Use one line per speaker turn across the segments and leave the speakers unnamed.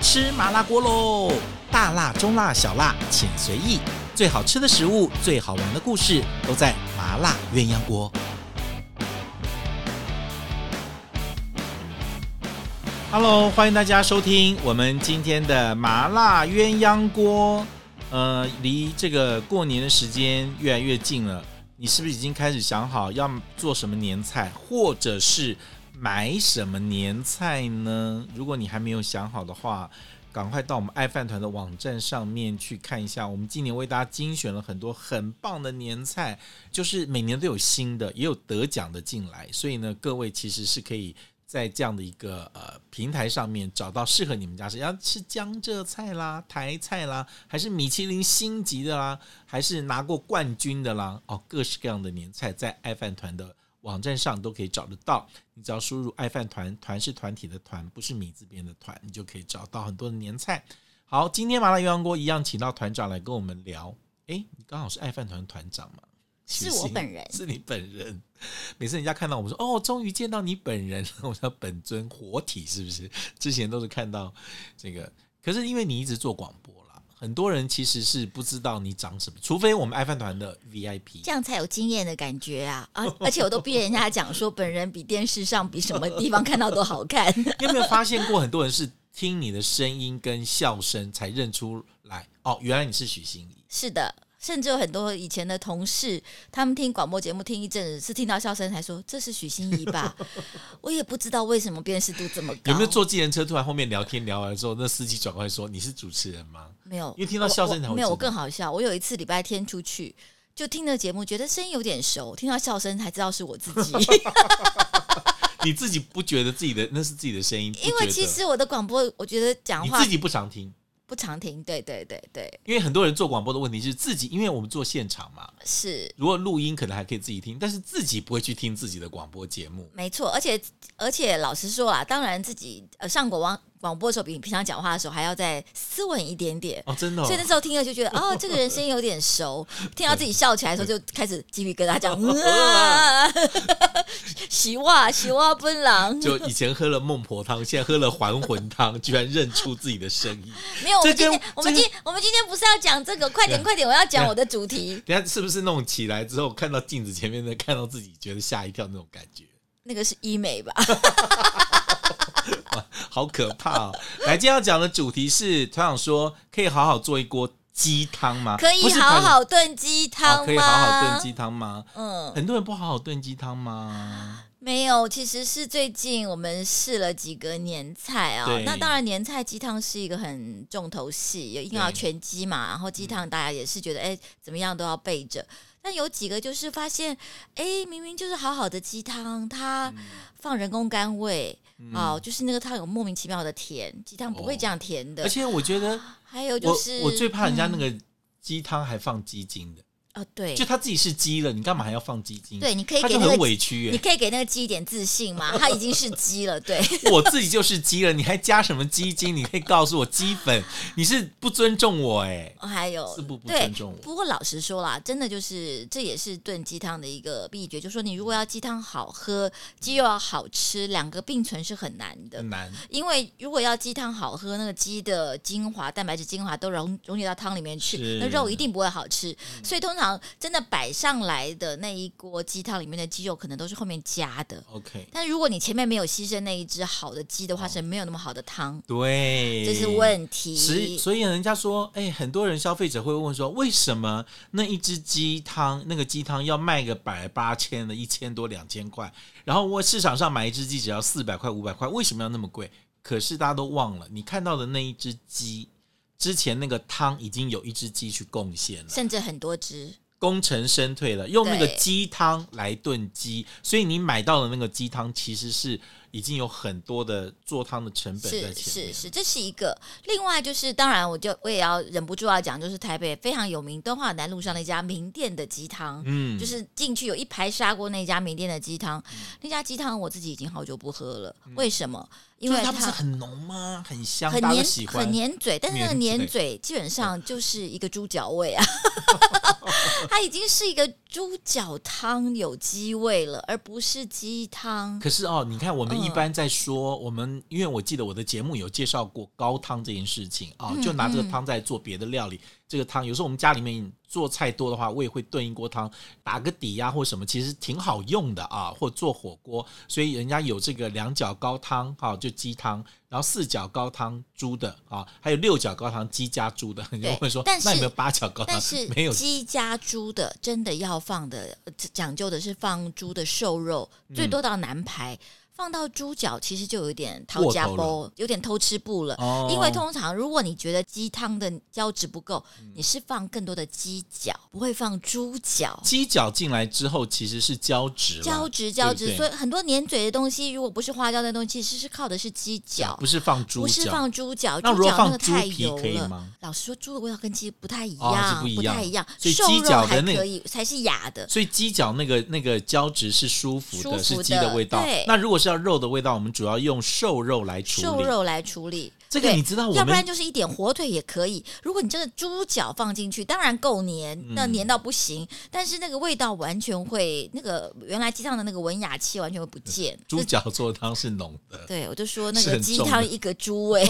吃麻辣锅喽！大辣、中辣、小辣，请随意。最好吃的食物，最好玩的故事，都在麻辣鸳鸯锅。Hello，欢迎大家收听我们今天的麻辣鸳鸯锅。呃，离这个过年的时间越来越近了，你是不是已经开始想好要做什么年菜，或者是买什么年菜呢？如果你还没有想好的话，赶快到我们爱饭团的网站上面去看一下，我们今年为大家精选了很多很棒的年菜，就是每年都有新的，也有得奖的进来，所以呢，各位其实是可以。在这样的一个呃平台上面找到适合你们家是要吃江浙菜啦、台菜啦，还是米其林星级的啦，还是拿过冠军的啦，哦，各式各样的年菜在爱饭团的网站上都可以找得到。你只要输入“爱饭团”，团是团体的团，不是米字边的团，你就可以找到很多的年菜。好，今天麻辣鸳鸯锅一样，请到团长来跟我们聊。诶，你刚好是爱饭团团长嘛？
是我本人，
是你本人。每次人家看到我说：“哦，终于见到你本人了。”我说：“本尊活体是不是？”之前都是看到这个，可是因为你一直做广播啦，很多人其实是不知道你长什么，除非我们爱饭团的 VIP
这。样才有经验的感觉啊！而、而且我都逼人家讲说，本人比电视上比什么地方看到都好看。
你有没有发现过，很多人是听你的声音跟笑声才认出来？哦，原来你是许欣怡。
是的，甚至有很多以前的同事，他们听广播节目听一阵子，是听到笑声才说这是许欣怡吧？ 我也不知道为什么辨识度这么高。
有没有坐计程车？突然后面聊天聊完之后，那司机转过来说：“你是主持人吗
没有，
因为听到笑声才会
我我没有。
知道
我更好笑，我有一次礼拜天出去，就听了节目，觉得声音有点熟，听到笑声才知道是我自 己。？”
你自己不觉得自己的那是自己的声音？不
因为
觉
其
得
实我的广播，我觉得讲
你
话
自己不常听，
不常听。对对对对，
因为很多人做广播的问题是自己，因为我们做现场嘛，
是。
如果录音可能还可以自己听，但是自己不会去听自己的广播节目。
没错，而且而且老实说啊，当然自己呃上广网广播的时候，比你平常讲话的时候还要再斯文一点点。
哦，真的、哦
所以，那时候听了就觉得，哦，这个人声音有点熟。听到自己笑起来的时候，就开始鸡皮疙瘩讲，
哦
啊， 喜哇喜哇奔狼，
就以前喝了孟婆汤， 现在喝了还魂汤，居然认出自己的声音。
没有。我们
这
今
跟
天我们今我们今天不是要讲这个，快点快点，我要讲我的主题。
等一下是不是那种起来之后看到镜子前面的，看到自己觉得吓一跳那种感觉？
那个是医美吧？
好可怕哦！ 来，今天要讲的主题是团长说，可以好好做一锅鸡汤吗？
可
不
以
是
好
团长
好炖鸡汤
哦
吗？
可以好好炖鸡汤吗？
嗯，
很多人不好好炖鸡汤吗？
没有，其实是最近我们试了几个年菜啊、
对
那当然，年菜鸡汤是一个很重头戏，因为要
对
全鸡
嗯
嘛。然后鸡汤大家也是觉得，哎，怎么样都要备着。但有几个就是发现，哎，明明就是好好的鸡汤，它
嗯
放人工甘味哦、就是那个汤有莫名其妙的甜，鸡汤不会这样甜的。
而且我觉得
还有就
我
是
我最怕人家那个鸡汤还放鸡精的，
哦，对
就，他自己是鸡了，你干嘛还要放鸡精？
对，你可以
他
给
就
那
很
个
委
鸡。
屈
你
耶。
可以给那个鸡一点自信嘛？它已经是鸡了，对。
我自己就是鸡了，你还加什么鸡精？你可以告诉我鸡粉，你是不尊重我哎。
还有
是不不
对
尊重我
不过老实说啦，真的就是这也是炖鸡汤的一个秘诀，就说你如果要鸡汤好喝，鸡肉要好吃，两个并存是很难的。
很难，
因为如果要鸡汤好喝，那个鸡的精华、蛋白质精华都溶溶解到汤里面
是嗯
去，那肉一定不会好吃。所以通常真的摆上来的那一锅鸡汤里面的鸡肉，可能都是后面加的。
OK，
但如果你前面没有牺牲那一只好的鸡的话，
哦
是没有那么好的汤，
对，
这是问题。
所所以人家说，哎、很多人消费者会问说，为什么那一只鸡汤，那个鸡汤要卖个百八千的，一千多、两千块，然后我市场上买一只鸡只要四百块、五百块，为什么要那么贵？可是大家都忘了，你看到的那一只鸡，之前那个汤已经有一只鸡去贡献了，
甚至很多只。
功成身退了，用那个
对
鸡汤来炖鸡，所以你买到的那个鸡汤其实是已经有很多的做汤的成本在
是
前面。
是是，这是一个。另外就是，当然，我就我也要忍不住要讲，就是台北非常有名敦化南路上那家名店的鸡汤，
嗯
就是进去有一排砂锅那家名店的鸡汤，那家鸡汤我自己已经好久不喝了。为什么？因
嗯就
为
是它不是很浓吗？很香，
很
大家都
黏
喜欢。
很黏嘴，但是那个
黏
黏嘴基本上就是一个猪脚味啊， 它已经是一个猪脚汤有鸡味了，而不是鸡汤。
可是哦，你看我们
嗯
一般在说、我们，因为我记得我的节目有介绍过高汤这件事情啊、
嗯
就拿这个
嗯
汤在做别的料理。这个汤有时候我们家里面做菜多的话，我也会炖一锅汤，打个底呀、或什么，其实挺好用的啊，或做火锅。所以人家有这个两角高汤哈、啊就鸡汤，然后四角高汤猪的啊，还有六角高汤鸡加猪的。 你就会说
但，是
那有没有八角 高汤
但是？
没有
鸡加猪的真的要放的，呃讲究的是放猪的瘦肉，
嗯
最多到南排。放到猪脚其实就有一点掏
过
家
头
包，有点偷吃步了。
哦
因为通常如果你觉得鸡汤的胶质不够，
嗯
你是放更多的鸡脚，不会放猪脚。
鸡脚进来之后其实是胶质了，
胶质胶
对不
质，
对
所以很多粘嘴的东西，如果不是花椒的东西，其实是靠的是鸡脚，
不是放猪
不是
脚。
放猪脚。
那
猪
如果
脚那
放
个
猪
太
皮
油
可以
了。
吗？
老实说，猪的味道跟鸡不太一
哦
样，
是不一样
太一样。
所以
瘦
鸡
肉
脚的
还
那
可以，才是雅的。
所以鸡脚那个那个胶质是舒服的，
舒服
是
的
鸡的味道
对。
那如果是要肉的味道，我们主要用瘦肉来处理。
瘦肉来处理，
这个
对
你知道我们
要不然就是一点火腿也可以。如果你真的猪脚放进去，当然够黏，那
嗯
黏到不行，但是那个味道完全会，那个原来鸡汤的那个文雅气完全会不见。
猪脚做汤是浓的，
对，我就说那
是
个
很
鸡
重
汤
的
一个 猪味，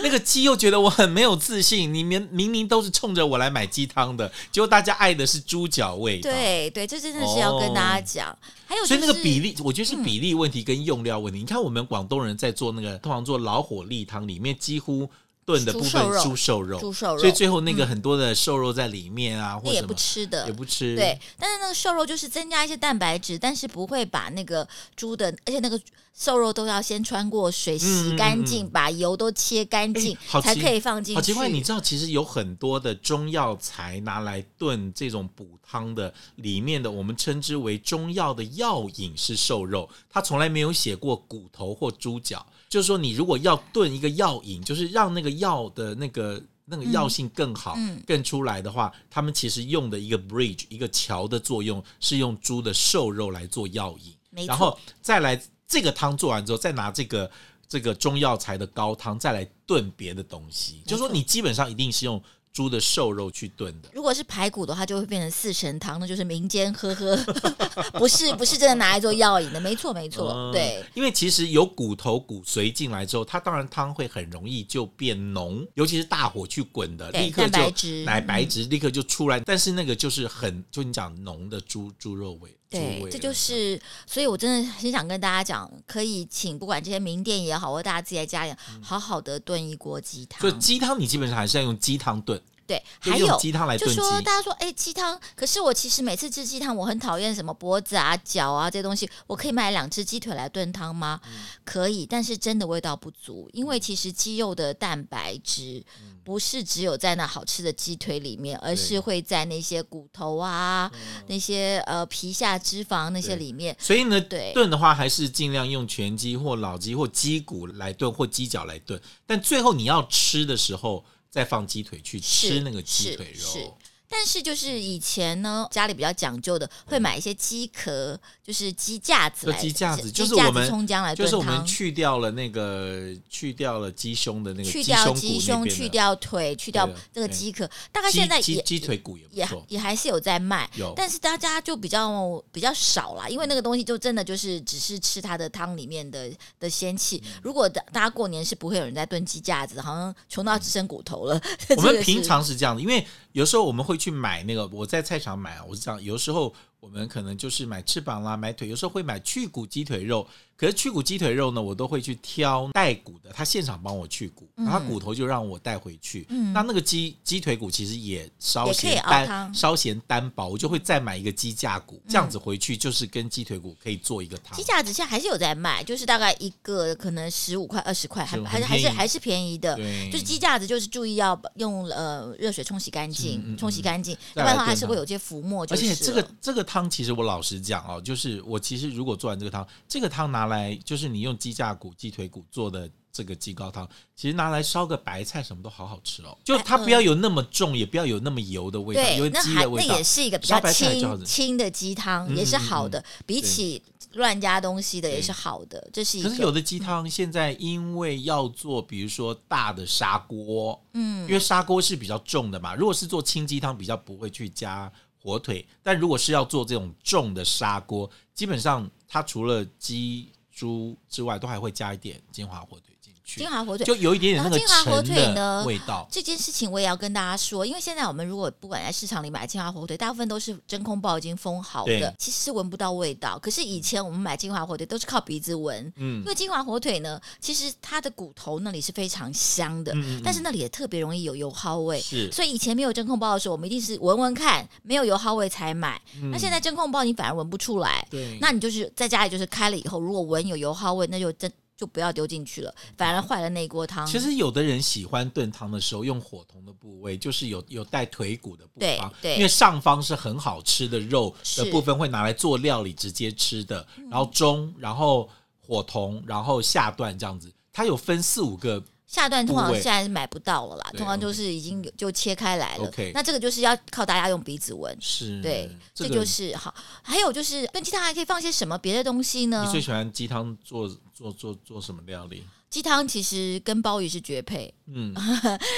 那个鸡又觉得我很没有自信，你们明明都是冲着我来买鸡汤的，结果大家爱的是猪脚味道。，
对对，这真的是要跟大家讲。还有、就
哦所
是，嗯
以那个比例，我觉得是比例问题跟用料问题。你看我们广东人在做那个，通常做老火例汤，里面几乎炖的部
猪
分
瘦肉
猪瘦肉，
猪瘦肉，嗯
所以最后那个很多的瘦肉在里面啊，
那
或
也
什
不
么
吃的，
也不吃。
对，但是那个瘦肉就是增加一些蛋白质，但是不会把那个猪的，而且那个瘦肉都要先穿过水
嗯
洗干净，把油都切干净
哎，好奇
才可以放进去。
好奇怪，你知道其实有很多的中药材拿来炖这种补汤的，里面的我们称之为中药的药引是瘦肉，它从来没有写过骨头或猪脚。就是说，你如果要炖一个药引，就是让那个药的那个。那个药性更好、
嗯
更出来的话，他们其实用的一个 bridge 一个桥的作用是用猪的瘦肉来做药引，
没错
然后再来这个汤做完之后，再拿这个这个中药材的高汤再来炖别的东西，就说你基本上一定是用猪的瘦肉去炖的。
如果是排骨的话，就会变成四神汤，那就是民间喝喝， 不是不是真的拿来做药引的，没错没错，
嗯
对，，
因为其实有骨头骨髓进来之后，它当然汤会很容易就变浓，尤其是大火去滚的，
对
立刻就
蛋白质嗯
奶白质立刻就出来。但是那个就是很就你讲浓的猪猪肉味，猪
对
味，
这就
了
是，所以我真的很想跟大家讲，可以请不管这些名店也好，或大家自己在家里
嗯
好好的炖一锅鸡汤
所以。鸡汤你基本上还是要用鸡汤炖，
对，
就
还有
用鸡汤来
就
炖鸡。
说大家说，哎、鸡汤。可是我其实每次吃鸡汤，我很讨厌什么脖子啊、脚啊这些东西。我可以买两只鸡腿来炖汤吗？
嗯
可以，但是真的味道不足，因为其实鸡肉的蛋白质
嗯
不是只有在那好吃的鸡腿里面，而是会在那些骨头啊、那些呃皮下脂肪那些
嗯对
里面。
所以呢，
对
炖的话还是尽量用全鸡或老鸡或鸡骨来炖，或鸡脚来炖。但最后你要吃的时候，再放鸡腿去
是
吃那个鸡腿
是是
肉。
但是就是以前呢，家里比较讲究的，会买一些鸡壳，就是鸡架
嗯
子
就
来，
鸡架子
鸡
就是我
架子
们
葱姜来
就
炖
是我
汤
们。去掉了那个，去掉了鸡胸的那个
去
鸡
掉
胸
鸡
骨
胸，
那
去
边的
掉腿，去掉
对的啊
这个
对
鸡壳，大概
鸡
现在
鸡
也
鸡腿骨也不
也
错，哦
也还是有在卖
有，
但是大家就比较比较少啦，因为那个东西就真的就是只是吃它的汤里面的的仙气。
嗯
如果大大家过年是不会有人在炖鸡架子，好像穷到只剩骨头了。这
嗯我们
个
平
是
常是这样的，因为有时候我们会去买那个，我在菜场买啊，我是这样，有时候我们可能就是买翅膀啦，买腿，有时候会买去骨鸡腿肉。可是去骨鸡腿肉呢，我都会去挑带骨的，他现场帮我去骨，
嗯
然后他骨头就让我带回去。那那个鸡鸡腿骨其实也稍
也可以
嫌
熬
单，
汤
稍嫌单薄，我就会再买一个鸡架骨，这样子回去就是跟鸡腿骨可以做一个汤
鸡。架子现在还是有在卖，就是大概一个可能十五块、二十块，还
15
还是
很
还是
便宜
还是便宜的。
对，
就是鸡架子，就是注意要用呃热水冲洗干净，
嗯嗯
冲洗干净，
再
要不然
来
它还
炖
是
它
会有些浮沫。
而
就是
且这个
了
这个汤，其实我老实讲哦，就是我其实如果做完这个汤，这个汤拿来就是你用鸡架骨、鸡腿骨做的这个鸡高汤，其实拿来烧个白菜什么都好好吃哦。就它不要有那么重，也不要有那么油的味道，
对
有，
那
鸡
还
的
那
味道
也。是一个比
烧
较
白菜就好
清
吃
清的鸡汤，也是好的。比起乱加东西的也
嗯对
是好的，这是一
可是有
个。
的鸡汤现在因为要做，比如说大的砂锅，
嗯
因，为砂锅是比较重的嘛。如果是做清鸡汤，比较不会去加火腿，但如果是要做这种重的砂锅，基本上它除了鸡、猪之外，都还会加一点金华火腿进去
金，华火腿
就有一点点那个
然后金华火
沉
腿
的
呢
味道。
这件事情我也要跟大家说，因为现在我们如果不管在市场里买金华火腿，大部分都是真空包已经封好
对
的，其实是闻不到味道。可是以前我们买金华火腿都是靠鼻子闻，
嗯
因为金华火腿呢，其实它的骨头那里是非常香的，
嗯嗯
但是那里也特别容易有油耗味。
是，
所以以前没有真空包的时候，我们一定是闻闻看，没有油耗味才买。
嗯
那现在真空包你反而闻不出来，
对，
那你就是在家里就是开了以后，如果闻有油耗味，那就真就不要丢进去了，反而坏了那一锅汤。
嗯其实有的人喜欢炖汤的时候用火瞳的部位，就是有有带腿骨的部
对
方，
对
因为上方是很好吃的肉的
是嗯
部分，会拿来做料理直接吃的。然后中，然后火瞳，然后下段这样子，它有分四五个。
下段通常
部位
现在是买不到了啦，
对
通常就是已经有就切开来了。
OK
那这个就是要靠大家用鼻子闻。
是，
对，
这
这
个
就是好。还有就是炖鸡汤还可以放些什么别的东西呢
你？最喜欢鸡汤做做做做什么料理？
鸡汤其实跟鲍鱼是绝配，
嗯，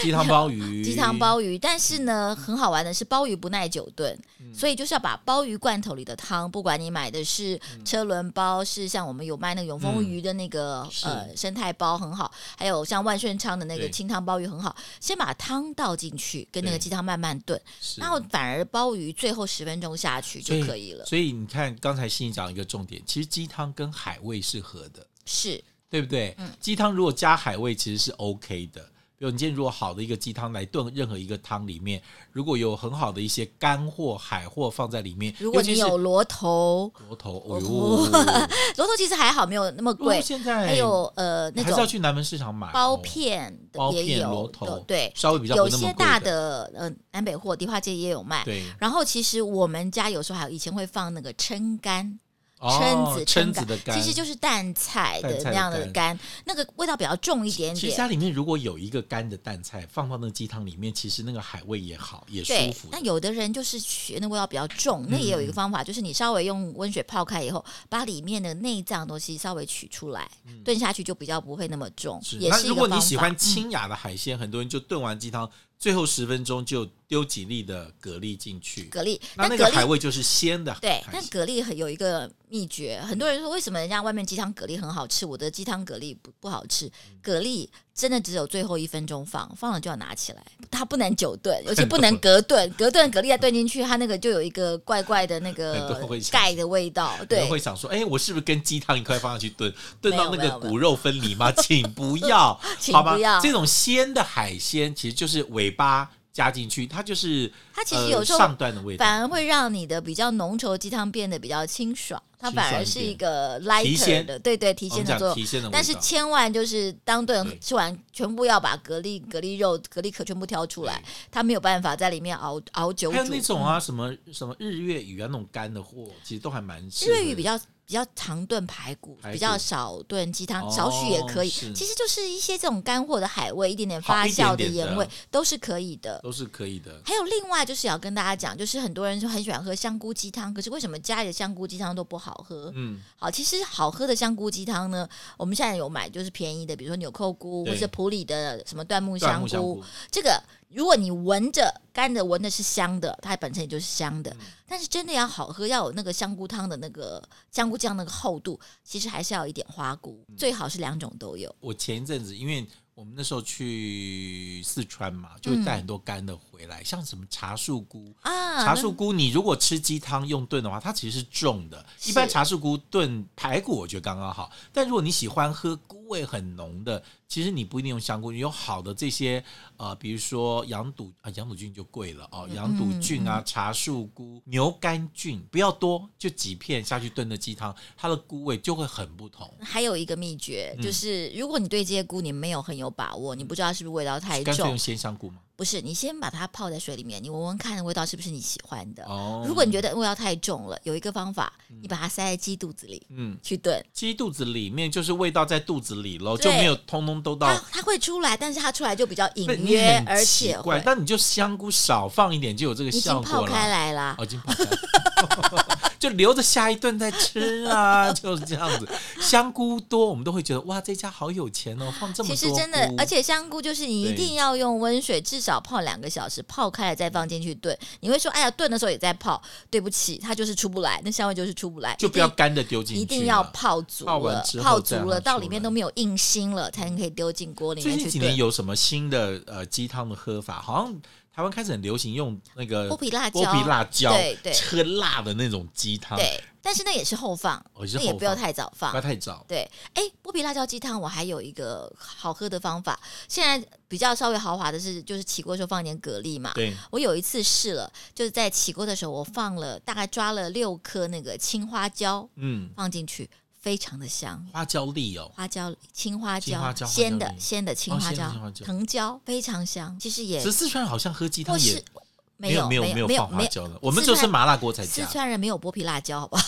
鸡汤鲍鱼，
鸡汤鲍鱼。但是呢，很好玩的是鲍鱼不耐久炖，
嗯
所以就是要把鲍鱼罐头里的汤，不管你买的是
嗯
车轮包，是像我们有卖那个永丰鱼的那个、
是
呃生态包很好，还有像万顺昌的那个
对
清汤鲍鱼很好，先把汤倒进去，跟那个
对
鸡汤慢慢炖。
是，
然后反而鲍鱼最后十分钟下去就可以了。
所以你看，刚才欣怡讲一个重点，其实鸡汤跟海味是合的。
是
对不对？
嗯
鸡汤如果加海味其实是 OK 的。比如你今天如果好的一个鸡汤来炖任何一个汤里面，如果有很好的一些干货、海货放在里面，
如果你
尤其
有
是
螺头，
螺头，
哦
哦 呦，
螺头其实还好，没有那么
不过
贵。
现在
还有呃那
还是要
种
去南门市场买
包
哦，
片的
包
也
片
有
螺
的
头，，
对，
稍微比较
有
不那么
些
贵
大的呃南北货迪化街也有卖。
对，
然后其实我们家有时候还有以前会放那个撑干，
哦
蛏子
蛏
撑
子的干，
其实就是淡菜
淡
的
菜
那
的
样的
干
干，那个味道比较重一点
其实
点。
它里面如果有一个干的淡菜放到那个鸡汤里面，其实那个海味也好，也舒
对
服，嗯
那。有的人就是学那味道比较重，那也有一个方法，就是你稍微用温水泡开以后，把里面的内脏东西稍微取出来，炖下去就比较不会那么重，也
嗯那
是一
如
个
果
方法。嗯
你喜欢清雅的海鲜，很多人就炖完鸡汤，最后十分钟就丢几粒的蛤蜊进去，
蛤蜊，
那
但
那
蛤
个海
蜊
味就是鲜的海
对，
鲜。
但蛤蜊很有一个秘诀，很多人说为什么人家外面鸡汤蛤蜊很好吃，我的鸡汤蛤蜊不不好吃？
嗯
蛤蜊真的只有最后一分钟放，放了就要拿起来，它不能久炖，而且不能隔炖，隔炖蛤蜊再炖进去，它那个就有一个怪 怪的那
很多
个
人会想
钙的味道，
有
对
人，会想说，哎、我是不是跟鸡汤一块放下去炖，炖
没有
到那
没
个
有没有
骨肉分离吗？ 请不要，
请
好吗
不要？
这种鲜的海鲜其实就是尾巴加进去，它就是
它其实有时候
呃、上段的味道，
反而会让你的比较浓稠的鸡汤变得比较清爽，它
清爽
反而
一
是
点
一个
提
lighter
鲜
的，对对，提
我们
鲜的
讲
作用。
提鲜的味道。
但是千万就是当
对
顿吃完，全部要把蛤蜊、蛤蜊肉、蛤蜊壳全部挑出来，它没有办法在里面熬熬久
还有
煮。
那种啊，什么什么日月鱼啊，那种干的货，其实都还蛮适合
日语比较比较常炖排骨，
排骨
比较少炖鸡汤，
哦
少许也可以。
是
其实就是一些这种干货的海味，一点点
好
发
一点
酵的
点的
盐味都是可以的。
都是可以的。
还有另外就是要跟大家讲，就是很多人就很喜欢喝香菇鸡汤，可是为什么家里的香菇鸡汤都不好喝？
嗯，
好，其实好喝的香菇鸡汤呢，我们现在有买，就是便宜的，比如说纽扣菇
对
或是普里的什么椴木
椴
香
啊木香菇，
这个如果你闻着干的闻的是香的，它本身也就是香的，
嗯
但是真的要好喝，要有那个香菇汤的那个香菇酱那个厚度，其实还是要有一点花菇，
嗯
最好是两种都有。
我前一阵子，因为我们那时候去四川嘛，就会
嗯
带很多干的回来，像什么茶树菇。
啊，
茶树菇，你如果吃鸡汤用炖的话，它其实是重的。一般
是
茶树菇炖排骨，我觉得刚刚好。但如果你喜欢喝菇味很浓的，其实你不一定用香菇，你用好的这些呃，比如说羊肚啊，羊肚菌就贵了哦，
嗯
羊肚菌啊、茶树菇、牛肝菌，不要多，就几片下去炖的鸡汤，它的菇味就会很不同。
还有一个秘诀
嗯
就是，如果你对这些菇你没有很有把握，你不知道是不是味道太
干脆用
重，
鲜香菇吗？
不是，你先把它泡在水里面，你闻闻看味道是不是你喜欢的。
哦，
如果你觉得味道太重了，有一个方法，你把它塞在鸡肚子里
嗯，
去炖，
鸡肚子里面就是味道在肚子里喽，
对
就没有通通都
它
到。
它会出来，但是它出来就比较隐
那你
约
很，
而
奇
且
怪
会，
但你就香菇少放一点就有这个
已
效
经泡
果啊
开
了。
来啦。
哦，已经泡开了， 就留着下一顿再吃啊，就是这样子。香菇多，我们都会觉得哇，这家好有钱哦，放这么
其
多。
实真的，而且香菇就是你一
对
定要用温水，至少泡两个小时，泡开了再放进去炖。你会说，哎呀，炖的时候也在泡，对不起，它就是出不来，那香味就是出不来，
就不要干的丢进去，
一定要。泡足
泡完
了
之，后
泡
再
足
拿
了，到
出
里面
来
都没有硬芯了，才可以丢进锅里
最
面
近
去
几年
炖。
有什么新的呃鸡汤的喝法？好像台湾开始很流行用那个
剥皮辣椒，
剥皮辣椒，
对对
喝辣的那种鸡汤，
对，但是那也是后放，
哦也是
那也
后
不要
放
太早
不
放
要。太早。
对，哎，剥皮辣椒鸡汤我还有一个好喝的方法，现在比较稍微豪华的是，就是起锅的时候放一点蛤蜊嘛。
对，
我有一次试了，就是在起锅的时候，我放了大概抓了六颗那个青花椒
嗯，
放进去，非常的香。
花椒粒哦，
花椒、青花椒、
青花椒
鲜
花椒
的
粒
鲜的青
哦
花
鲜的
椒、
青花椒
藤椒非常香，其实也
十四川好像喝鸡
或
汤
是
也
没
有
没
有
有
有
没
放
没
花
有
椒的，我们就是麻辣锅才
四
加
川人没有剥皮辣椒，好不好？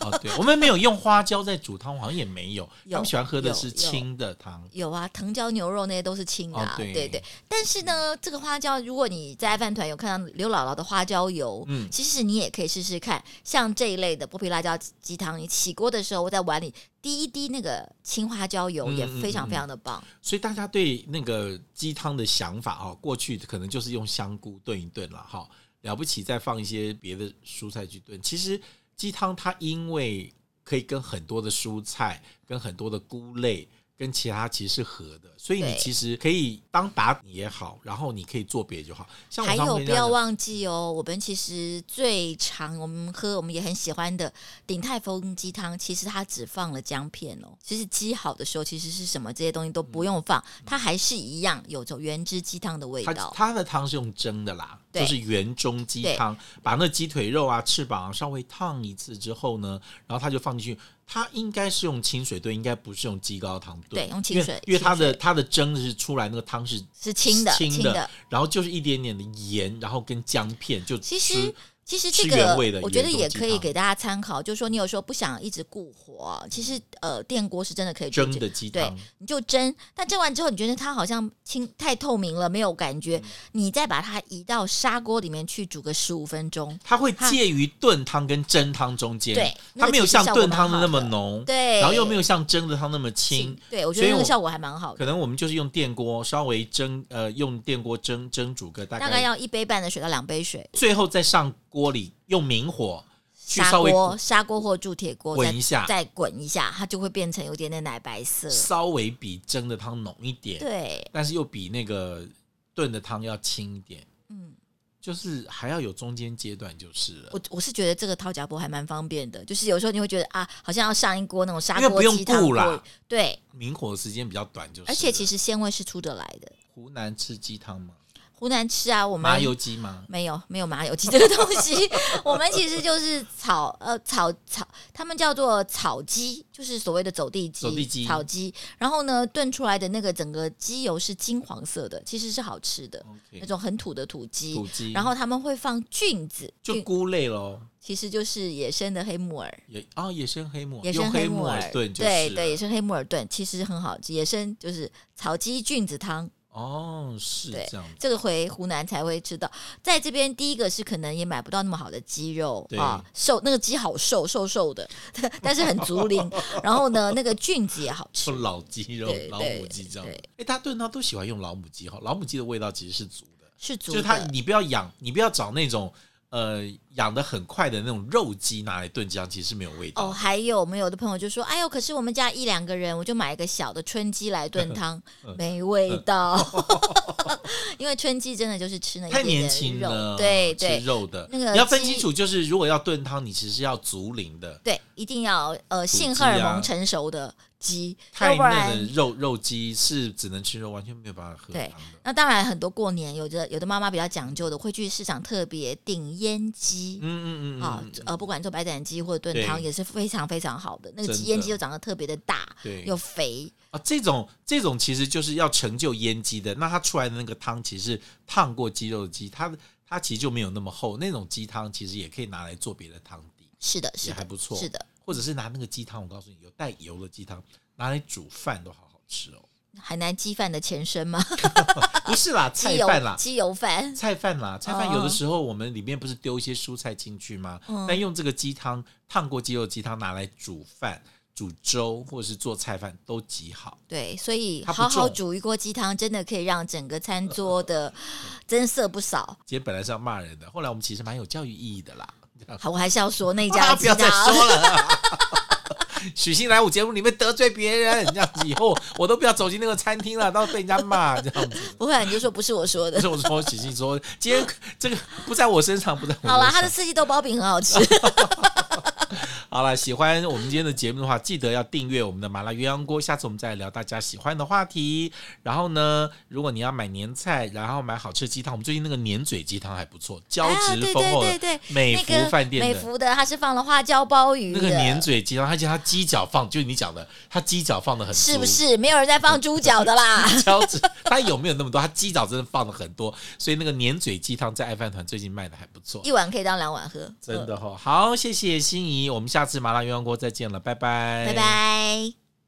哦，对，我们没有用花椒在煮汤，好像也没有，
有
他们喜欢喝的
有
是
有
清的汤，
有啊，藤椒牛肉那些都是青的、啊
哦对
对但是呢，这个花椒，如果你在饭团有看到刘姥姥的花椒油，
嗯
其实你也可以试试看。像这一类的剥皮辣椒鸡汤，你起锅的时候，我在碗里滴一滴那个青花椒油，
嗯
也非
嗯嗯
常非常的棒。
所以大家对那个鸡汤的想法哦，过去可能就是用香菇炖一炖了哈、了不起再放一些别的蔬菜去炖。其实鸡汤它因为可以跟很多的蔬菜、跟很多的菇类、跟其他其实是合的，所以你
对
其实可以当打底也好，然后你可以做别的就好。像我
还
常
有
跟人
不
家
要
讲
忘记哦，我们其实最常我们喝我们也很喜欢的鼎泰丰鸡汤，其实它只放了姜片哦。其实鸡好的时候，其实是什么这些东西都不用放，
嗯
它还是一样有种原汁鸡汤的味
它
道。
它的汤是用蒸的啦，
对
就是原中鸡汤，把那鸡腿肉啊、翅膀啊稍微烫一次之后呢，然后它就放进去。它应该是用清水炖，应该不是用鸡高汤炖。
对用清水
因为因为它的
清水
它的蒸是出来那个汤是
是清的
清
清的
然后就是一点点的盐，然后跟姜片就
其
吃
实其实这
吃原
个
味的
我觉得
原种
也
鸡
可以
汤
给大家参考，就是说你有时候不想一直顾火，其实呃电锅是真的可以煮
蒸
这
的鸡
对
汤。，
你就蒸，但蒸完之后你觉得它好像清太透明了，没有感觉，
嗯
你再把它移到砂锅里面去煮个十五分钟。
它会
它
介于炖汤跟蒸汤中间，
对那
它
个
没有
其实
像
效果
炖
蛮
汤的
好
那么
的
浓，
对，
然后又没有像蒸的汤那么
清
轻，，
对我觉
所以
得那个
我
效果还蛮好的。
可能我们就是用电锅稍微蒸，呃，用电锅蒸蒸煮个大概，
大概要一杯半的水到两杯水，
最后再上锅里用明火去
砂
稍微
锅、砂锅或铸铁锅
滚
再
一下
再滚一下，它就会变成有点点奶白色。
稍微比蒸的汤浓一点，
对，
但是又比那个炖的汤要轻一点，
嗯，
就是还要有中间阶段就是了。
我我是觉得这个掏夹钵还蛮方便的，就是有时候你会觉得啊，好像要上一锅那种砂
因为
锅
不用
鸡汤
顾啦
锅，对，
明火的时间比较短就是了，
而且其
实
实鲜味是出得来的。
湖南吃鸡汤吗？
湖南吃啊，我们
麻油鸡吗？
没有没有麻油鸡这个东西， 我们其实就是炒呃炒炒，他们叫做炒鸡，就是所谓的走地鸡，
走地鸡
炒鸡。然后呢，炖出来的那个整个鸡油是金黄色的，其实是好吃的
OK
那种很土的土鸡。
嗯土鸡，
然后他们会放菌子，
就
菌
菇类喽，
其实就是野生的黑木耳。
也啊、野生黑木耳，
野
用
生
黑
木
耳炖就是
对
了
对，野生黑木耳炖其实很好吃。野生就是炒鸡菌子汤，
哦，是
对
这样子，
这个回湖南才会吃到。在这边，第一个是可能也买不到那么好的鸡肉
对
啊，瘦那个鸡好瘦瘦瘦的， 但是很 足龄。然后呢，那个菌子也好吃
说，老鸡肉
对、
老
对
母鸡这样子
对。
哎，大家炖汤都喜欢用老母鸡哈，老母鸡的味道其实是足的，
是足
就是它
的。
你不要养，你不要找那种呃养的很快的那种肉鸡拿来炖鸡汤，其实是没有味道。
哦，还有我们有的朋友就说：“哎呦，可是我们家一两个人，我就买一个小的春鸡来炖 汤，
嗯
没味道。 因为春鸡真的就是吃那一
太
点点
年轻
肉
了，
对
吃
对
肉的
那个
你要分
鸡
清楚，就是如果要炖汤，你其实要足龄的，
对，一定要呃性
鸡
荷尔
啊
蒙成熟的鸡，
太
要不
嫩
然
的肉肉鸡是只能吃肉，完全没有办法喝汤
对
的。
那当然，很多过年有的有的妈妈比较讲究的，会去市场特别订腌鸡。
嗯嗯嗯
啊
嗯，嗯，
呃，不管做白斩鸡或者炖
对
汤，也是非常非常好的。那个
真
鸡
的
腌鸡又长得特别的大，
对
又肥，
啊，这种这种其实就是要成就腌鸡的，那它出来的那个汤其实是烫过鸡肉的鸡，它它其实就没有那么厚，那种鸡汤其实也可以拿来做别的汤底，
是的，是
也还
的，
不错。
是的，
或者是拿那个鸡汤，我告诉你，有带油的鸡汤拿来煮饭都好好吃哦。
海南鸡饭的前身嘛。
不是啦，
啊鸡
菜
油
饭啦，
鸡油饭，
菜饭啦，菜饭有的
哦
时候我们里面不是丢一些蔬菜进去吗？
嗯
但用这个鸡汤烫过鸡肉鸡汤拿来煮饭、煮粥或者是做菜饭都极好。
对，所以
它不
好好
重
煮一锅鸡汤，真的可以让整个餐桌的 增色不少。
今天本来是要骂人的，后来我们其实蛮有教育意义的啦。
好，我还是要说那
大
家
家 不
的鸡
要再
汤，
说了。 许昕来我节目里面得罪别人，这样子以后我都不要走进那个餐厅了，到时候被人家骂这样子。
不会啊，你就说不是我
不
说的。
是我说，许昕说今天这个不在我身上，不在我身上。
嗯好啦，它的四季豆包饼很好吃，
啊好了，喜欢我们今天的节目的话，记得要订阅我们的麻辣鸳鸯锅。下次我们再来聊大家喜欢的话题。然后呢，如果你要买年菜，然后买好吃的鸡汤，我们最近那个年嘴鸡汤还不错，胶
啊
质
对
丰厚
对对
的
对
美
那
福
个
饭店
美
的。
孚的，它是放了花椒鲍鱼
那
的，
个年嘴鸡汤，而且它鸡脚放，就是你讲的，它鸡脚放的很
是不
足
是没有人在放猪脚的啦？
胶 质，它有没有那么多？它鸡脚真的放了很多，所以那个年嘴鸡汤在爱饭团最近卖的还不错，
一碗可以当两碗喝，
真
嗯，
的哈、哦。好，谢谢心仪，我们下次麻辣鸳鸯锅再见了，拜拜，
呃拜拜。